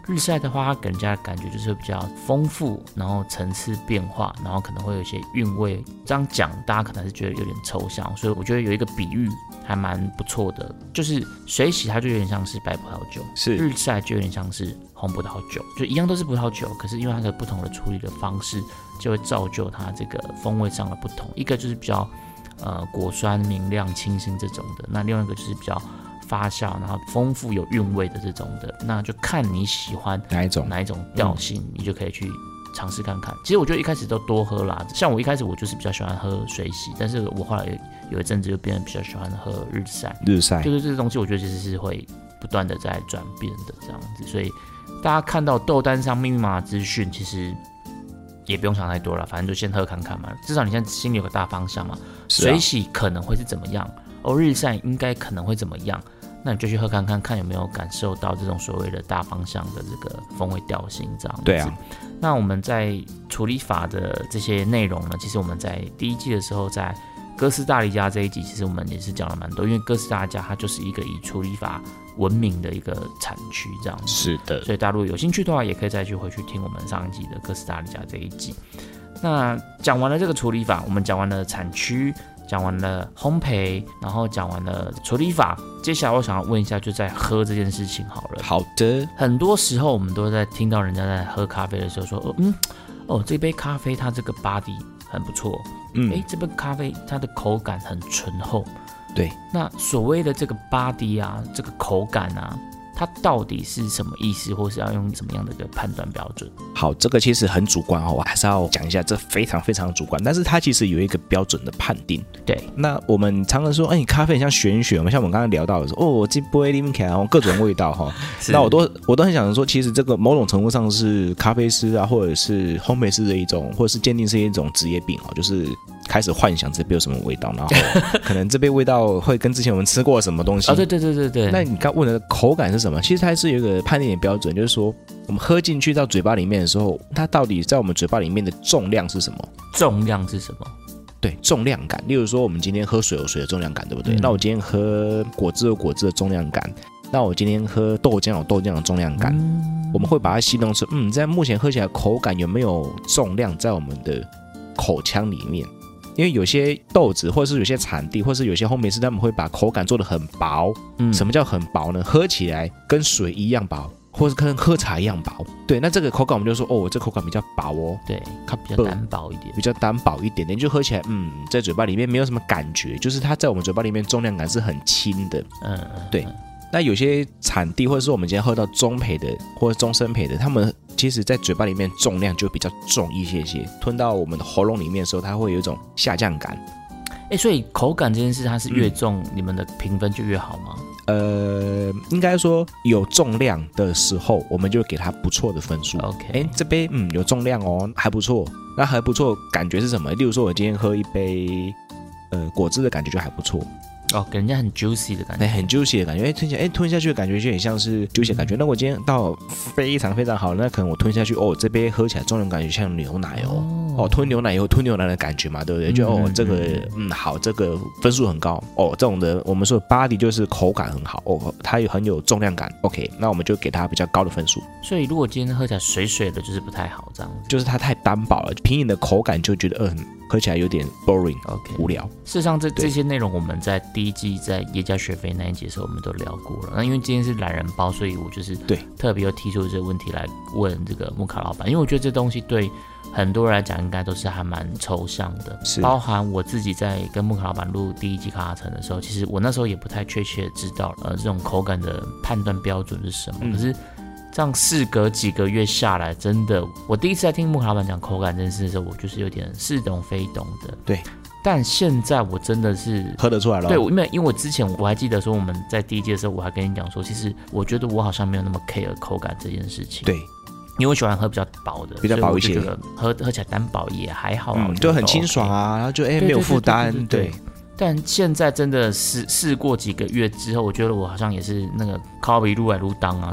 B: 日晒的话，它给人家的感觉就是会比较丰富，然后层次变化，然后可能会有一些韵味。这样讲，大家可能还是觉得有点抽象，所以我觉得有一个比喻还蛮不错的，就是水洗它就有点像是白葡萄酒，
A: 是
B: 日晒就有点像是红葡萄酒，就一样都是葡萄酒，可是因为它的不同的处理的方式，就会造就它这个风味上的不同。一个就是比较呃果酸、明亮、清新这种的，那另外一个就是比较发酵，然后丰富有韵味的这种的，那就看你喜欢
A: 哪一种？
B: 哪一种调性，你就可以去尝试看看。其实我觉得一开始都多喝啦，像我一开始我就是比较喜欢喝水洗，但是我后来有有一阵子就变得比较喜欢喝日晒。
A: 日晒
B: 就是这个东西，我觉得其实是会不断的在转变的这样子，所以大家看到豆单上密密麻麻的资讯，其实也不用想太多了，反正就先喝看看嘛，至少你现在心里有个大方向嘛。
A: 是啊
B: 水，洗可能会是怎么样，哦，日晒应该可能会怎么样，那你就去喝看看，看有没有感受到这种所谓的大方向的这个风味调性这样子。
A: 对啊，
B: 那我们在处理法的这些内容呢，其实我们在第一季的时候，在哥斯达黎加这一集，其实我们也是讲了蛮多，因为哥斯达黎加它就是一个以处理法闻名的一个产区，这样子。
A: 是的，
B: 所以大家如果有兴趣的话，也可以再去回去听我们上一集的哥斯达黎加这一集。那讲完了这个处理法，我们讲完了产区，讲完了烘焙，然后讲完了处理法，接下来我想要问一下，就在喝这件事情好了。
A: 好的，
B: 很多时候我们都在听到人家在喝咖啡的时候说，哦，嗯，哦，这杯咖啡它这个 body 很不错，
A: 嗯，
B: 诶，这杯咖啡它的口感很醇厚。
A: 对，
B: 那所谓的这个 body 啊，这个口感啊，它到底是什么意思，或是要用什么样的一个判断标准？
A: 好，这个其实很主观哦，我还是要讲一下，这非常非常主观，但是它其实有一个标准的判定。
B: 对，
A: 那我们常常说，哎，咖啡很像玄学嘛，像我们刚刚聊到的说，哦，这杯里面可能各种味道哈、那我都我都很想说，其实这个某种程度上是咖啡师啊，或者是烘焙师的一种，或者是鉴定师的一种职业病哦，就是开始幻想这杯有什么味道，然后可能这杯味道会跟之前我们吃过什么东西
B: 啊、对对对对对，
A: 那你刚问的口感是什么？其实它是有一个判定的标准，就是说我们喝进去到嘴巴里面的时候，它到底在我们嘴巴里面的重量是什么？
B: 重量是什么？
A: 对，重量感。例如说，我们今天喝水有水的重量感，对不对？
B: 嗯
A: 那我今天喝果汁有果汁的重量感，那我今天喝豆浆有豆浆的重量
B: 嗯
A: 感。我们会把它形容成，嗯，在目前喝起来口感有没有重量在我们的口腔里面？因为有些豆子，或者是有些产地，或者是有些烘焙师，他们会把口感做的很薄，
B: 嗯
A: 什
B: 么？
A: 么叫很薄呢？喝起来跟水一样薄，或是跟喝茶一样薄。对，那这个口感我们就说，哦，这口感比较薄哦，
B: 对，它比较
A: 不
B: 单薄一点
A: 比。较单薄一点点，就喝起来，嗯，在嘴巴里面没有什么感觉，就是它在我们嘴巴里面重量感是很轻的。
B: 嗯，嗯
A: 对那有些产地，或者是我们今天喝到中培的，或者中深培的，他们其实在嘴巴里面重量就比较重一些些，吞到我们的喉咙里面的时候，它会有一种下降感。
B: 哎、所以口感这件事，它是
A: 嗯
B: 越重，你们的评分就越好吗？
A: 呃，应该说有重量的时候，我们就给它不错的分数。
B: OK
A: 哎，这杯嗯有重量哦，还不错。那还不错，感觉是什么？例如说，我今天喝一杯呃果汁的感觉就还不错，
B: 哦，给人家很 juicy 的感
A: 那
B: 觉。
A: 很 juicy 的感觉。哎，吞下哎吞下去的感觉就很像是 juicy 的感觉。
B: 嗯
A: 那我今天到非常非常好，那可能我吞下去哦，这杯喝起来重量感觉像牛奶哦。哦，吞牛奶有吞牛奶的感觉嘛，对不对？就哦
B: 嗯，
A: 这个
B: 嗯
A: 嗯好，这个分数很高哦。这种的我们说 body 就是口感很好哦，它有很有重量感。OK，那我们就给它比较高的分数，
B: 所以如果今天喝起来水水的，就是不太好这样子。
A: 就是它太单薄了，品饮的口感就觉得嗯、喝起来有点 boring
B: OK，
A: 无聊。
B: 事实上这，这
A: 对
B: 些内容我们在第一季在耶加学费那一节的时候，我们都聊过了。那因为今天是懒人包，所以我就是
A: 对
B: 特别又提出这个问题来问这个木卡老板，因为我觉得这东西对很多人来讲，应该都是还蛮抽象的。
A: 是
B: 包含我自己在跟木卡老板录第一季卡卡城的时候，其实我那时候也不太确切知道呃这种口感的判断标准是什么，
A: 嗯
B: 可是。这样事隔几个月下来，真的，我第一次在听木卡老板讲口感这件事的时候，我就是有点似懂非懂的。
A: 对，
B: 但现在我真的是
A: 喝得出来了。
B: 对，我因为因为我之前我还记得说我们在第一季的时候，我还跟你讲说，其实我觉得我好像没有那么 care 口感这件事情。，
A: 对，
B: 因为我喜欢喝比较薄的，
A: 比较薄一些
B: 所以我就觉得喝喝起来单薄也还好啊，
A: 嗯，
B: 我觉
A: 就
B: 得
A: 很
B: 都
A: 清
B: OK
A: 爽。啊，然后就哎
B: 对对
A: 没有
B: 对
A: 负
B: 对
A: 担
B: 对，对
A: 对
B: 对，但现在真的试试过几个月之后，我觉得我好像也是那个靠比撸来撸当啊。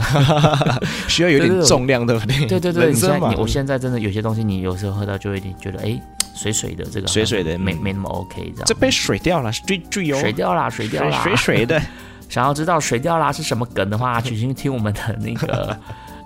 A: 需要有
B: 对对
A: 点
B: 对
A: 重量，对不对？
B: 对对对，
A: 人
B: 你现
A: 生
B: 在
A: 嘛
B: 你，我现在真的有些东西，你有时候喝到就有点觉得哎水水的，这个好像
A: 水水的
B: 没
A: 嗯
B: 没那么 OK 这样。
A: 这杯水掉了，最最油，
B: 水掉啦，水掉啦，
A: 水水的，
B: 想要知道水掉啦是什么梗的话，请去听我们的那个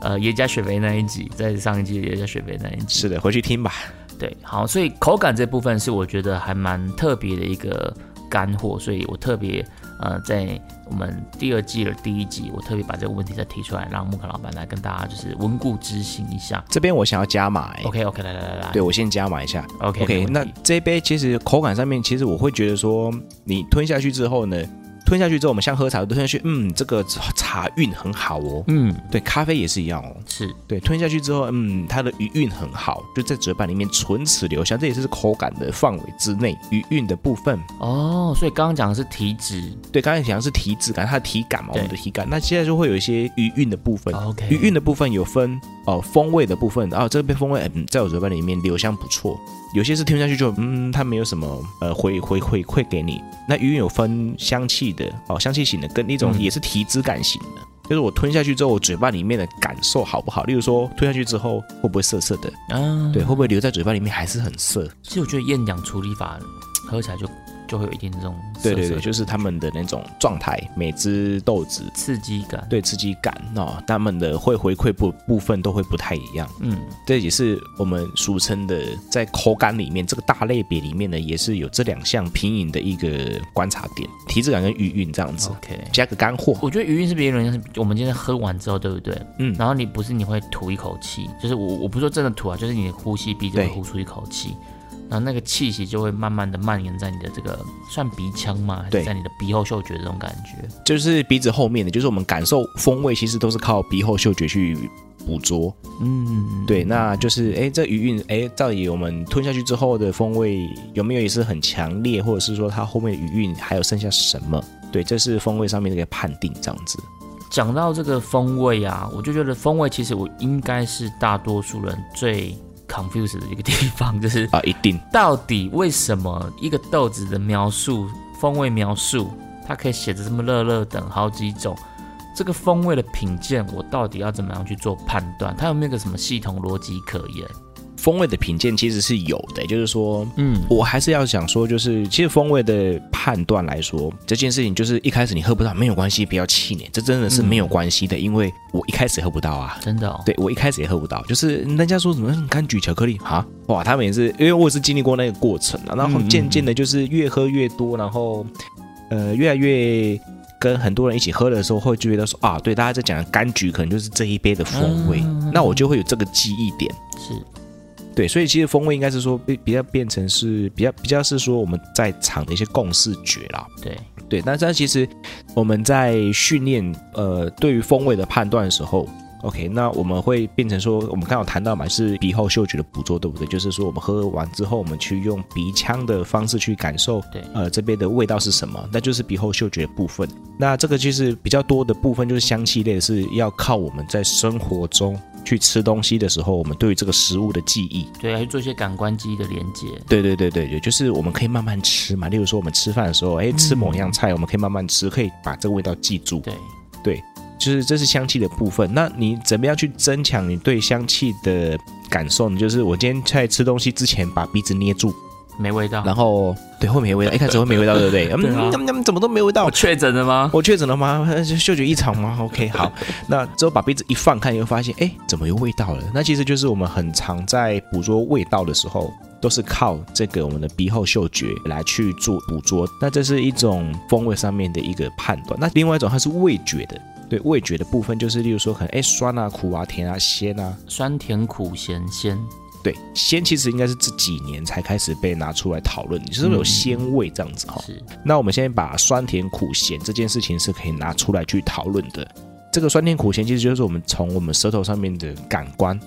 B: 呃耶加雪菲那一集，在上一季的耶加雪菲那一集。
A: 是的，回去听吧。
B: 对，好，所以口感这部分是我觉得还蛮特别的一个干货，所以我特别呃在我们第二季的第一集，我特别把这个问题再提出来，让木可老板来跟大家就是温故知新一下。
A: 这边我想要加码、欸
B: OK OK，来来来来，
A: 对我先加码一下。
B: OK
A: OK，那这杯其实口感上面，其实我会觉得说，你吞下去之后呢，吞下去之后，我们像喝茶吞下去，嗯，这个茶韵很好哦。
B: 嗯
A: 对，咖啡也是一样哦。
B: 是
A: 对，吞下去之后，嗯，它的余韵很好，就在嘴巴里面唇齿留香，这也是口感的范围之内余韵的部分。
B: 哦，所以刚刚讲的是体脂
A: 对，刚才讲的是体质感，它的体感嘛，我
B: 对哦
A: 们的体感，那现在就会有一些余韵的部分。
B: ，OK，
A: 余韵的部分有分哦，风味的部分啊、哦，这杯风味嗯，在我嘴巴里面留香不错。有些是听下去就嗯，它没有什么呃回回回馈给你。那余韵有分香气的哦，香气型的跟一种
B: 嗯
A: 也是体脂感型的，就是我吞下去之后，我嘴巴里面的感受好不好？例如说吞下去之后会不会涩涩的？
B: 嗯
A: 对，会不会留在嘴巴里面还是很涩？
B: 其实我觉得厌氧处理法喝起来就就会有一点这种
A: 对
B: 涩
A: 对
B: 涩
A: 对，
B: 的
A: 就是他们的那种状态，每只豆子
B: 刺激感。
A: 对刺激感哦，他们的会回馈部部分都会不太一样。
B: 嗯，
A: 这也是我们俗称的在口感里面这个大类别里面呢，也是有这两项品饮的一个观察点，体质感跟余韵这样子。
B: OK
A: 加个干货，
B: 我觉得余韵是别人，我们今天喝完之后，对不对？
A: 嗯
B: 然后你不是你会吐一口气，就是我我不是说真的吐啊，就是你呼吸鼻子会
A: 对
B: 呼出一口气，然后那个气息就会慢慢的蔓延在你的这个算鼻腔吗？还
A: 对
B: 是在你的鼻后嗅觉这种感觉？
A: 就是鼻子后面的，就是我们感受风味，其实都是靠鼻后嗅觉去捕捉。
B: 嗯，
A: 对，那就是哎，这余韵哎，到底我们吞下去之后的风味有没有也是很强烈，或者是说它后面的余韵还有剩下什么？对，这是风味上面的一个判定，这样子。
B: 讲到这个风味啊，我就觉得风味其实我应该是大多数人最 confused 的一个地方，就是
A: 啊，一定
B: 到底为什么一个豆子的描述风味描述，它可以写的这么热热等好几种？这个风味的品鉴，我到底要怎么样去做判断？它有没有个什么系统逻辑可言？
A: 风味的品鉴其实是有的，就是说，
B: 嗯，
A: 我还是要想说，就是其实风味的判断来说，这件事情就是一开始你喝不到没有关系，不要气馁，这真的是没有关系的，因为我一开始也喝不到啊。
B: 真的哦。
A: 对我一开始也喝不到，就是人家说什么柑橘巧克力啊，哇，他们也是，因为我也是经历过那个过程啊，然后渐渐的就是越喝越多，然后呃越来越跟很多人一起喝的时候，会觉得说啊，对，大家在讲的柑橘可能就是这一杯的风味，
B: 嗯
A: 那我就会有这个记忆点。
B: 是
A: 对，所以其实风味应该是说比比较变成是比较比较是说我们在场的一些共视觉啦。
B: 对，
A: 对，但是其实我们在训练呃对于风味的判断的时候。OK，那我们会变成说，我们刚刚有谈到嘛，是鼻后嗅觉的捕捉，对不对？就是说，我们喝完之后，我们去用鼻腔的方式去感受，
B: 对
A: 呃，这边的味道是什么？那就是鼻后嗅觉的部分。那这个就是比较多的部分，就是香气类的，是要靠我们在生活中去吃东西的时候，我们对于这个食物的记忆。
B: 对，还去做一些感官记忆的连接。
A: 对对对对对，就是我们可以慢慢吃嘛。例如说我们吃饭的时候，哎，吃某样菜，我们可以慢慢吃，可以把这个味道记住。
B: 嗯对，
A: 就是这是香气的部分。那你怎么样去增强你对香气的感受呢？就是我今天在吃东西之前把鼻子捏住，
B: 没味道。
A: 然后对会没味道，一开始会没味道，对不对？
B: 对啊
A: 嗯，他们他们怎么都没味道
B: 我。确诊了吗？
A: 我确诊了吗？呃嗅觉异常吗？OK，好，那之后把鼻子一放开，你会发现，哎，怎么有味道了？那其实就是我们很常在捕捉味道的时候，都是靠这个我们的鼻后嗅觉来去做捕捉。那这是一种风味上面的一个判断。那另外一种它是味觉的，对味觉的部分就是，例如说可能哎酸啊、苦啊、甜啊、鲜啊，
B: 酸甜苦咸鲜，
A: 对，鲜其实应该是这几年才开始被拿出来讨论，你是不是有鲜味这样子哈、哦？
B: 是
A: 那我们现在把酸甜苦咸这件事情是可以拿出来去讨论的。这个酸甜苦咸其实就是我们从我们舌头上面的感官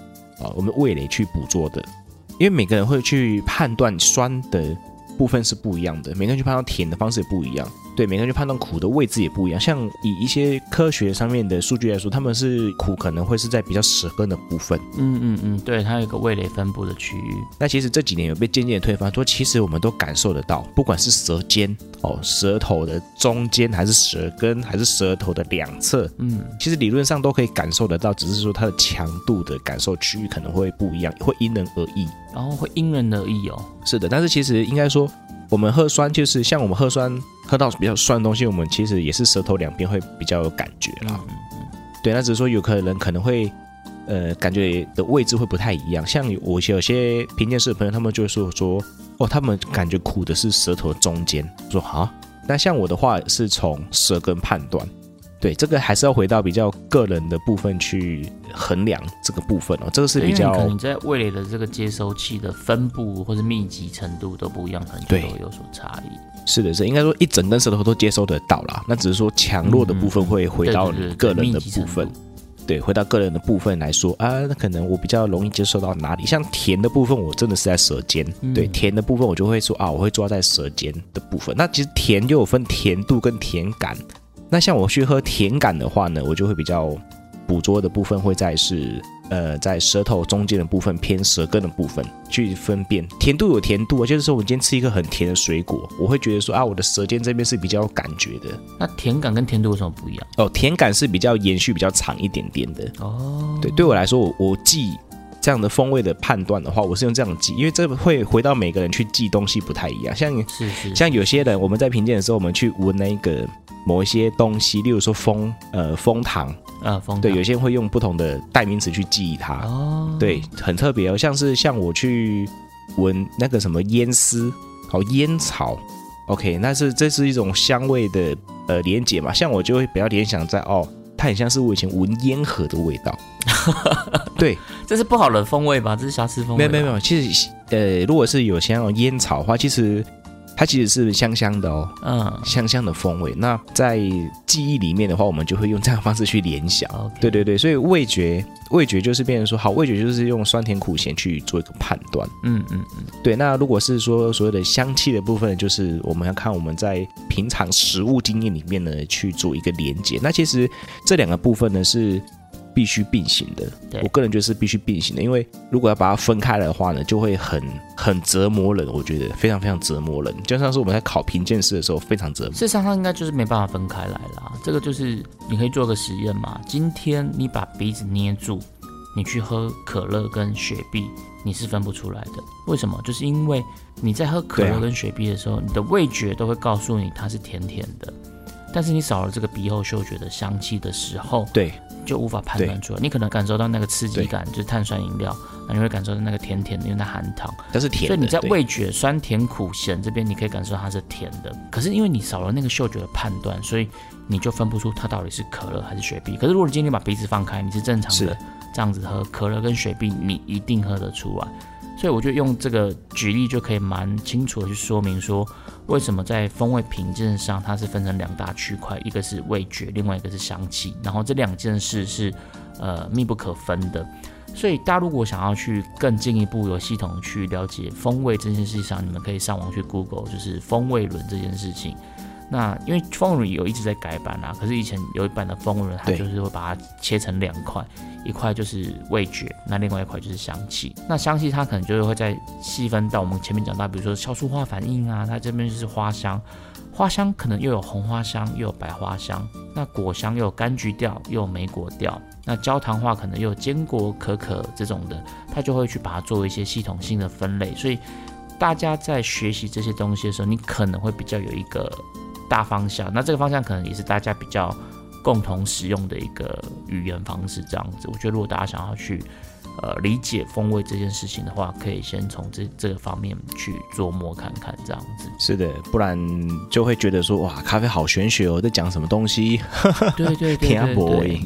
A: 啊、我们味蕾去捕捉的，因为每个人会去判断酸的部分是不一样的，每个人去判断甜的方式也不一样，对，每个人去判断苦的位置也不一样。像以一些科学上面的数据来说，他们是苦可能会是在比较舌根的部分。
B: 嗯嗯嗯，对，它有一个味蕾分布的区域。
A: 那其实这几年有被渐渐地推翻，说其实我们都感受得到，不管是舌尖哦、舌头的中间，还是舌根，还是舌头的两侧，
B: 嗯，
A: 其实理论上都可以感受得到，只是说它的强度的感受区域可能会不一样，会因人而异。
B: 然后会因人而异哦。
A: 是的，但是其实应该说，我们喝酸就是像我们喝酸，喝到比较酸的东西，我们其实也是舌头两边会比较有感觉啦。
B: 嗯
A: 对，那只是说有可能可能会，呃，感觉的位置会不太一样。像有我有些评鉴室的朋友，他们就会说说，哦，他们感觉苦的是舌头中间，我说啊。那像我的话是从舌根判断，对，这个还是要回到比较个人的部分去衡量这个部分哦，这个是
B: 对
A: 比
B: 因为你
A: 较
B: 可能在味蕾的这个接收器的分布或者密集程度都不一样，可能就
A: 对
B: 都有所差异。
A: 是的是，应该说一整根舌头都接收得到啦。那只是说强弱的部分会回到
B: 嗯对对对
A: 你
B: 对
A: 个人
B: 密
A: 的
B: 集程
A: 部
B: 度
A: 分。对，回到个人的部分来说啊，那可能我比较容易接受到哪里，像甜的部分，我真的是在舌尖。对，甜的部分我就会说啊，我会抓在舌尖的部分。那其实甜就有分甜度跟甜感。那像我去喝甜感的话呢，我就会比较捕捉的部分会在是呃在舌头中间的部分偏舌根的部分去分辨甜度有甜度啊，就是说我今天吃一个很甜的水果，我会觉得说啊，我的舌尖这边是比较有感觉的
B: 那甜感跟甜度有什么不一样？
A: 哦，甜感是比较延续比较长一点点的。
B: 哦，
A: 对，对我来说，我我记这样的风味的判断的话，我是用这样记，因为这会回到每个人去记东西不太一样。像
B: 是是
A: 像有些人，我们在评鉴的时候，我们去闻那个某一些东西，例如说蜂呃蜂糖，
B: 啊，风
A: 对，
B: 格
A: 有些人会用不同的代名词去记忆它。
B: 哦，
A: 对，很特别哦，像是像我去闻那个什么烟丝，哦，烟草，OK，那是这是一种香味的呃连结嘛，像我就会比较联想在哦，它很像是我以前闻烟盒的味道，对，
B: 这是不好的风味吧？这是瑕疵风
A: 没
B: 味
A: 有
B: 吧，
A: 没有没有，其实呃，如果是有像那种烟草的话，其实它其实是香香的哦，
B: 嗯
A: 香香的风味。那在记忆里面的话，我们就会用这样的方式去联想。
B: ，OK，
A: 对对对，所以味觉，味觉就是变成说，好，味觉就是用酸甜苦咸去做一个判断。
B: 嗯嗯嗯，
A: 对，那如果是说所谓的香气的部分，就是我们要看我们在平常食物经验里面呢去做一个连接。那其实这两个部分呢是必须并行的
B: 对。
A: 我个人觉得是必须并行的，因为如果要把它分开的话呢，就会很很折磨人。我觉得非常非常折磨人，就像是我们在考评鉴师的时候非常折磨。
B: 事实上它应该就是没办法分开来啦。这个就是你可以做个实验嘛，今天你把鼻子捏住，你去喝可乐跟雪碧，你是分不出来的。为什么？就是因为你在喝可
A: 对
B: 乐
A: 啊
B: 跟雪碧的时候，你的味觉都会告诉你它是甜甜的。但是你少了这个鼻后嗅觉的香气的时候，
A: 对
B: 就无法判断出来。你可能感受到那个刺激感，就是碳酸饮料，那你会感受到那个甜甜的，因为它含糖。
A: 但是甜的，
B: 所以你在
A: 对
B: 味觉酸甜苦咸这边，你可以感受到它是甜的。可是因为你少了那个嗅觉的判断，所以你就分不出它到底是可乐还是雪碧。可是如果你今天把鼻子放开，你是正常的
A: 是
B: 这样子喝可乐跟雪碧，你一定喝得出来。啊所以我就用这个举例就可以蛮清楚的去说明说，为什么在风味品鉴上它是分成两大区块，一个是味觉，另外一个是香气，然后这两件事是呃密不可分的。所以大家如果想要去更进一步有系统地去了解风味这件事情上，你们可以上网去 Google，就是风味轮这件事情。那因为风味轮有一直在改版啊，可是以前有一版的风味轮，它
A: 对
B: 就是会把它切成两块，一块就是味觉，那另外一块就是香气。那香气它可能就是会再细分到我们前面讲到，比如说酵素化反应啊，它这边就是花香，花香可能又有红花香，又有白花香，那果香又有柑橘调，又有莓果调，那焦糖化可能又有坚果、可可这种的，它就会去把它做一些系统性的分类。所以大家在学习这些东西的时候，你可能会比较有一个大方向。那这个方向可能也是大家比较共同使用的一个语言方式，这样子。我觉得如果大家想要去呃理解风味这件事情的话，可以先从这这个方面去琢磨看看，这样子。
A: 是的，不然就会觉得说哇，咖啡好玄学哦，在讲什么东西？
B: 对对对
A: 天
B: 对
A: 啊不
B: 对
A: 会。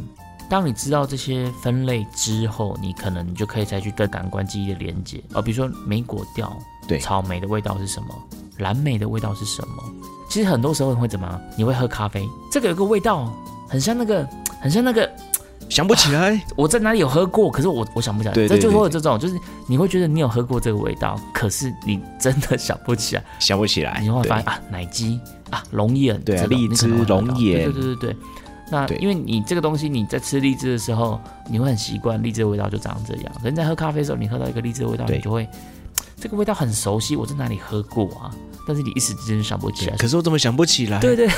B: 当你知道这些分类之后，你可能就可以再去跟感官记忆的连接。呃，比如说莓果调，
A: 对
B: 草莓的味道是什么？蓝莓的味道是什么？其实很多时候你会怎么样？你会喝咖啡，这个有个味道，很像那个，很像那个，
A: 想不起来。
B: 我在哪里有喝过，可是我我想不起来。
A: 对
B: 这
A: 对
B: 就是
A: 对
B: 会有这种，就是你会觉得你有喝过这个味道，可是你真的想不起来。
A: 想不起来，
B: 你会
A: 对
B: 发现啊，奶鸡啊，龙眼，
A: 对啊
B: 这种
A: 荔
B: 你可能会
A: 枝龙
B: 喝到对
A: 眼
B: 对对对对。那
A: 对
B: 因为你这个东西，你在吃荔枝的时候，你会很习惯荔枝的味道就长这样。可是你在喝咖啡的时候，你喝到一个荔枝的味道，
A: 对
B: 你就会嘖这个味道很熟悉，我在哪里喝过啊？但是你一时之间就想不起
A: 对
B: 来。
A: 可是我怎么想不起来？
B: 对对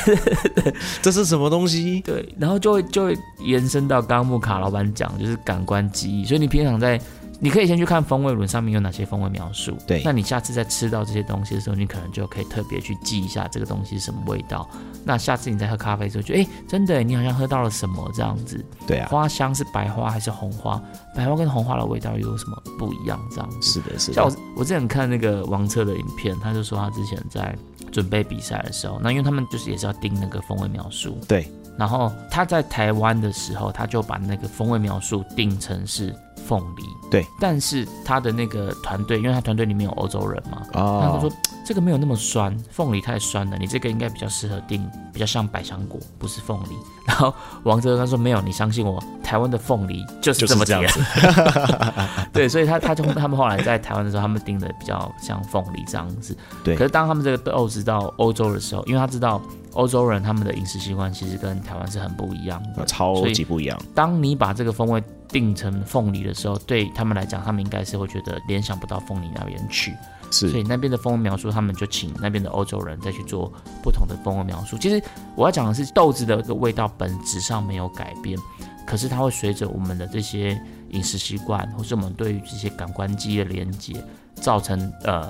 A: 这是什么东西？
B: 对，然后就会就会延伸到刚刚木卡老板讲，就是感官记忆。所以你平常在，你可以先去看风味轮上面有哪些风味描述。
A: 对
B: 那你下次在吃到这些东西的时候，你可能就可以特别去记一下这个东西是什么味道。那下次你在喝咖啡的时候，就哎，诶真的耶，你好像喝到了什么这样子。
A: 对啊，
B: 花香是白花还是红花？白花跟红花的味道又有什么不一样？这样子。
A: 是的，是
B: 像
A: 的
B: 我，我之前看那个王策的影片，他就说他之前在准备比赛的时候，那因为他们就是也是要定那个风味描述，
A: 对。
B: 然后他在台湾的时候，他就把那个风味描述定成是凤梨，
A: 对。
B: 但是他的那个团队，因为他团队里面有欧洲人嘛，他就
A: 哦
B: 说，这个没有那么酸，凤梨太酸了，你这个应该比较适合定，比较像百香果，不是凤梨。 然后王哲他说没有，你相信我，台湾的凤梨就是
A: 就是
B: 这么
A: 这
B: 甜
A: 样。
B: 对，所以他他就他们后来在台湾的时候，他们定的比较像凤梨这样子。
A: 对
B: 可是当他们这个豆子到欧洲的时候，因为他知道欧洲人他们的饮食习惯其实跟台湾是很不一样的，
A: 超
B: 所以
A: 级不一样，
B: 当你把这个风味定成凤梨的时候，对他们来讲，他们应该是会觉得联想不到凤梨那边去。所
A: 是
B: 以那边的风味描述，他们就请那边的欧洲人再去做不同的风味描述。其实我要讲的是，豆子的一个味道本质上没有改变，可是它会随着我们的这些饮食习惯，或是我们对于这些感官记忆的连接，造成呃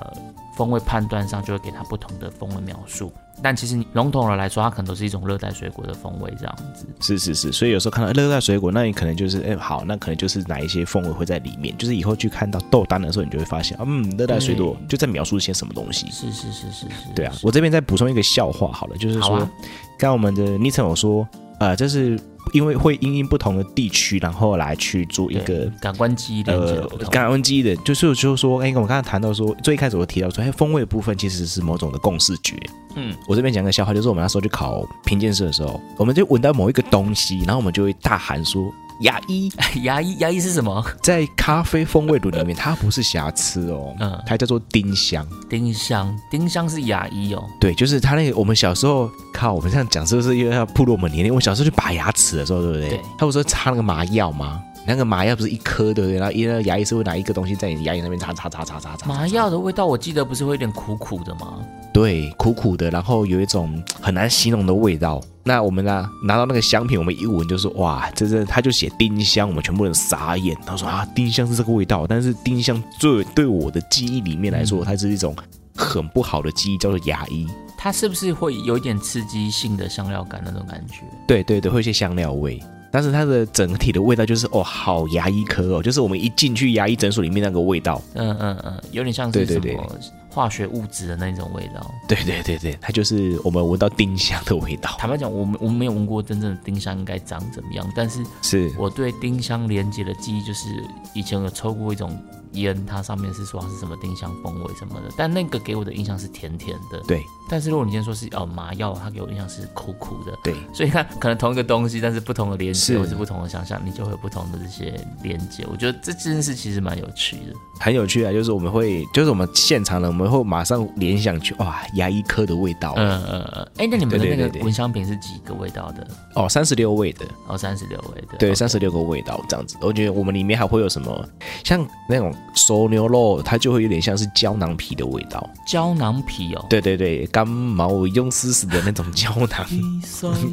B: 风味判断上就会给它不同的风味描述。但其实你笼统的来说，它可能都是一种热带水果的风味这样子。
A: 是是是，所以有时候看到哎热带水果，那你可能就是哎、好，那可能就是哪一些风味会在里面，就是以后去看到豆单的时候，你就会发现，嗯，热带水果就在描述一些什么东西。
B: 是是是是是，
A: 对啊，
B: 是
A: 我这边再补充一个笑话好了，就是
B: 好
A: 说，
B: 啊
A: 刚刚我们的昵称有说，呃，这是因为会因应不同的地区，然后来去做一
B: 对
A: 个。
B: 感官记忆连接
A: 呃
B: 的不，同。
A: 感恩记忆的，就是就是说，哎、我刚才谈到说，最一开始我提到说，哎、风味的部分其实是某种的共视觉，
B: 嗯，
A: 我这边讲个笑话，就是我们那时候去考评鉴社的时候，我们就闻到某一个东西，然后我们就会大喊说：“牙 医
B: 牙医牙医是什么？
A: 在咖啡风味轮里面，它不是瑕疵哦，
B: 嗯
A: 它叫做丁香。
B: 丁香，丁香是牙医哦。
A: 对，就是它那个我们小时候，靠，我们这样讲是不是又要暴露我们年龄？我小时候去拔牙齿的时候，对不对？
B: 对
A: 他不是说插那个麻药吗？那个麻药不是一颗，对不对？然后一个牙医是会拿一个东西在你牙龈那边插插插插插插，
B: 麻药的味道，我记得不是会有点苦苦的吗？
A: 对，苦苦的，然后有一种很难形容的味道。那我们呢、拿到那个香品，我们一闻就说哇，这这，他就写丁香，我们全部人傻眼。他说啊，丁香是这个味道，但是丁香最对我的记忆里面来说，它是一种很不好的记忆，叫做牙医。
B: 它是不是会有一点刺激性的香料感那种感觉？
A: 对对对，会有一些香料味。但是它的整体的味道就是哦，好牙医科哦，就是我们一进去牙医诊所里面那个味道。
B: 嗯嗯嗯，有点像
A: 对
B: 是
A: 对对
B: 什么化学物质的那种味道。
A: 对对对对，它就是我们闻到丁香的味道。
B: 坦白讲，我们我没有闻过真正的丁香应该长怎么样，但是
A: 是
B: 我对丁香连接的记忆就是以前有抽过一种烟，它上面是说它是什么丁香风味什么的，但那个给我的印象是甜甜的。
A: 对
B: 但是如果你今天说是哦麻药，它给我的印象是苦苦的。
A: 对，
B: 所以它可能同一个东西，但是不同的连
A: 是
B: 接或是不同的想象，你就会有不同的这些连接。我觉得这件事其实蛮有趣的。
A: 很有趣啊，就是我们会，就是我们现场呢，我们会马上联想去哇，牙医科的味道、
B: 嗯嗯嗯。哎、那你们的
A: 哦对对
B: 那
A: 对
B: 个
A: 对
B: 蚊香瓶是几个味道的？
A: 哦，三十六味的，
B: 哦，三十六味的。
A: 对，
B: 哦
A: 三十六个味道这样子。我觉得我们里面还会有什么，像那种熟牛肉，它就会有点像是胶囊皮的味道，
B: 胶囊皮哦。
A: 对对 对，干毛用丝丝的那种胶囊，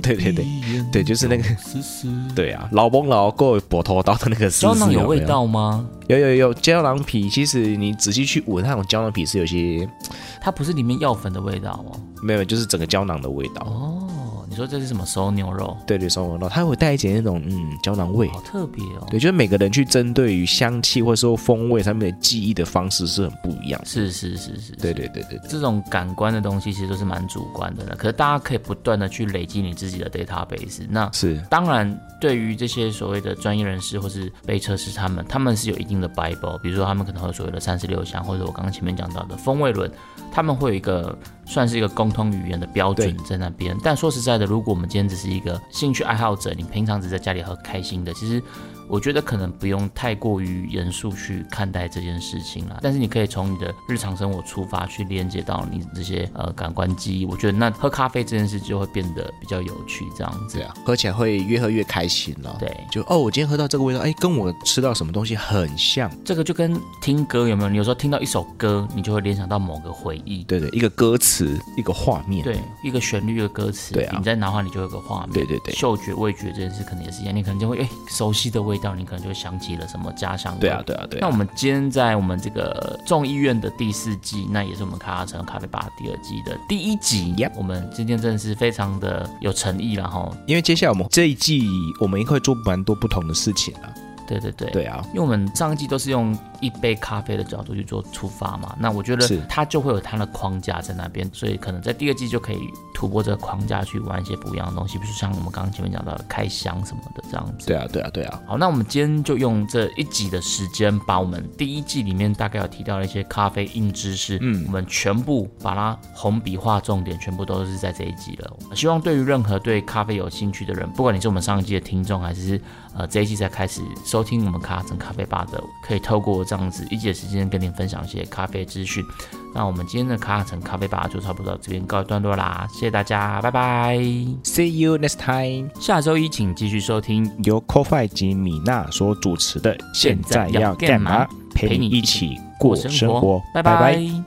A: 对对对对，就是那个，对啊，老翁老够博头刀的那个丝丝，
B: 胶囊
A: 有
B: 有味
A: 没有，
B: 道吗？
A: 有有有胶囊皮，其实你仔细去闻，那种胶囊皮是有些
B: 它不是里面药粉的味道哦。
A: 没有，就是整个胶囊的味道。
B: 哦，你说这是什么熟牛肉？
A: 对对，双闻到，它会带一点那种嗯胶囊味。
B: 好特别哦。
A: 对，就是每个人去针对于香气或者说风味上面的记忆的方式是很不一样的。
B: 是是是是。
A: 对对对对对，
B: 这种感官的东西其实都是蛮主观的了，可是大家可以不断的去累积你自己的 database。那
A: 是
B: 当然，对于这些所谓的专业人士或是被测试他们，他们是有一定的 Bible，比如说他们可能会有所谓的三十六项，或者我刚刚前面讲到的风味轮，他们会有一个算是一个共通语言的标准在那边。但说实在的，如果我们今天只是一个兴趣爱好者，你平常只在家里喝开心的，其实我觉得可能不用太过于严肃去看待这件事情啦。但是你可以从你的日常生活出发去连接到你这些呃感官记忆，我觉得那喝咖啡这件事就会变得比较有趣，这样子
A: 对。啊，喝起来会越喝越开心了、
B: 对，
A: 就哦，我今天喝到这个味道，哎，跟我吃到什么东西很像。
B: 这个就跟听歌有没有？你有时候听到一首歌，你就会联想到某个回忆，
A: 对对，一个歌词，一个画面。
B: 对，一个旋律、一个歌词，
A: 对啊
B: 你在脑海里就有个画面，
A: 对对对
B: 嗅觉、味觉这件事可能也是一样，你可能就会哎、熟悉的味道，你可能就会想起了什么家乡味，
A: 对啊对啊对
B: 那
A: 啊
B: 我，们今天在我们这个众议院的第四季，那也是我们卡卡城咖啡吧第二季的第一集。
A: Yep
B: 我们今天真的是非常的有诚意了哈。
A: 因为接下来我们这一季我们会做蛮多不同的事情啊。
B: 对对对，
A: 对啊，
B: 因为我们上一季都是用一杯咖啡的角度去做出发嘛，那我觉
A: 是
B: 得它就会有它的框架在那边，所以可能在第二季就可以突破这个框架去玩一些不一样的东西，比如像我们刚刚前面讲到的开箱什么的这样子。
A: 对啊，对啊，对啊，
B: 好，那我们今天就用这一集的时间，把我们第一季里面大概有提到的一些咖啡硬知识，嗯，我们全部把它红笔画重点，全部都是在这一集了。希望对于任何对咖啡有兴趣的人，不管你是我们上一季的听众，还是呃这一季才开始收听我们卡城咖啡吧的，可以透过这样子一集的时间跟您分享一些咖啡资讯。那我们今天的卡城咖啡吧就差不多到这边告一段落啦，谢谢大家，拜拜。
A: See you next time。
B: 下周一请继续收听
A: 由 CoFi 及米娜所主持的《现在
B: 现
A: 要
B: 在要
A: 干
B: 干
A: 嘛
B: 嘛》，
A: 陪你一起过生活。
B: 拜拜。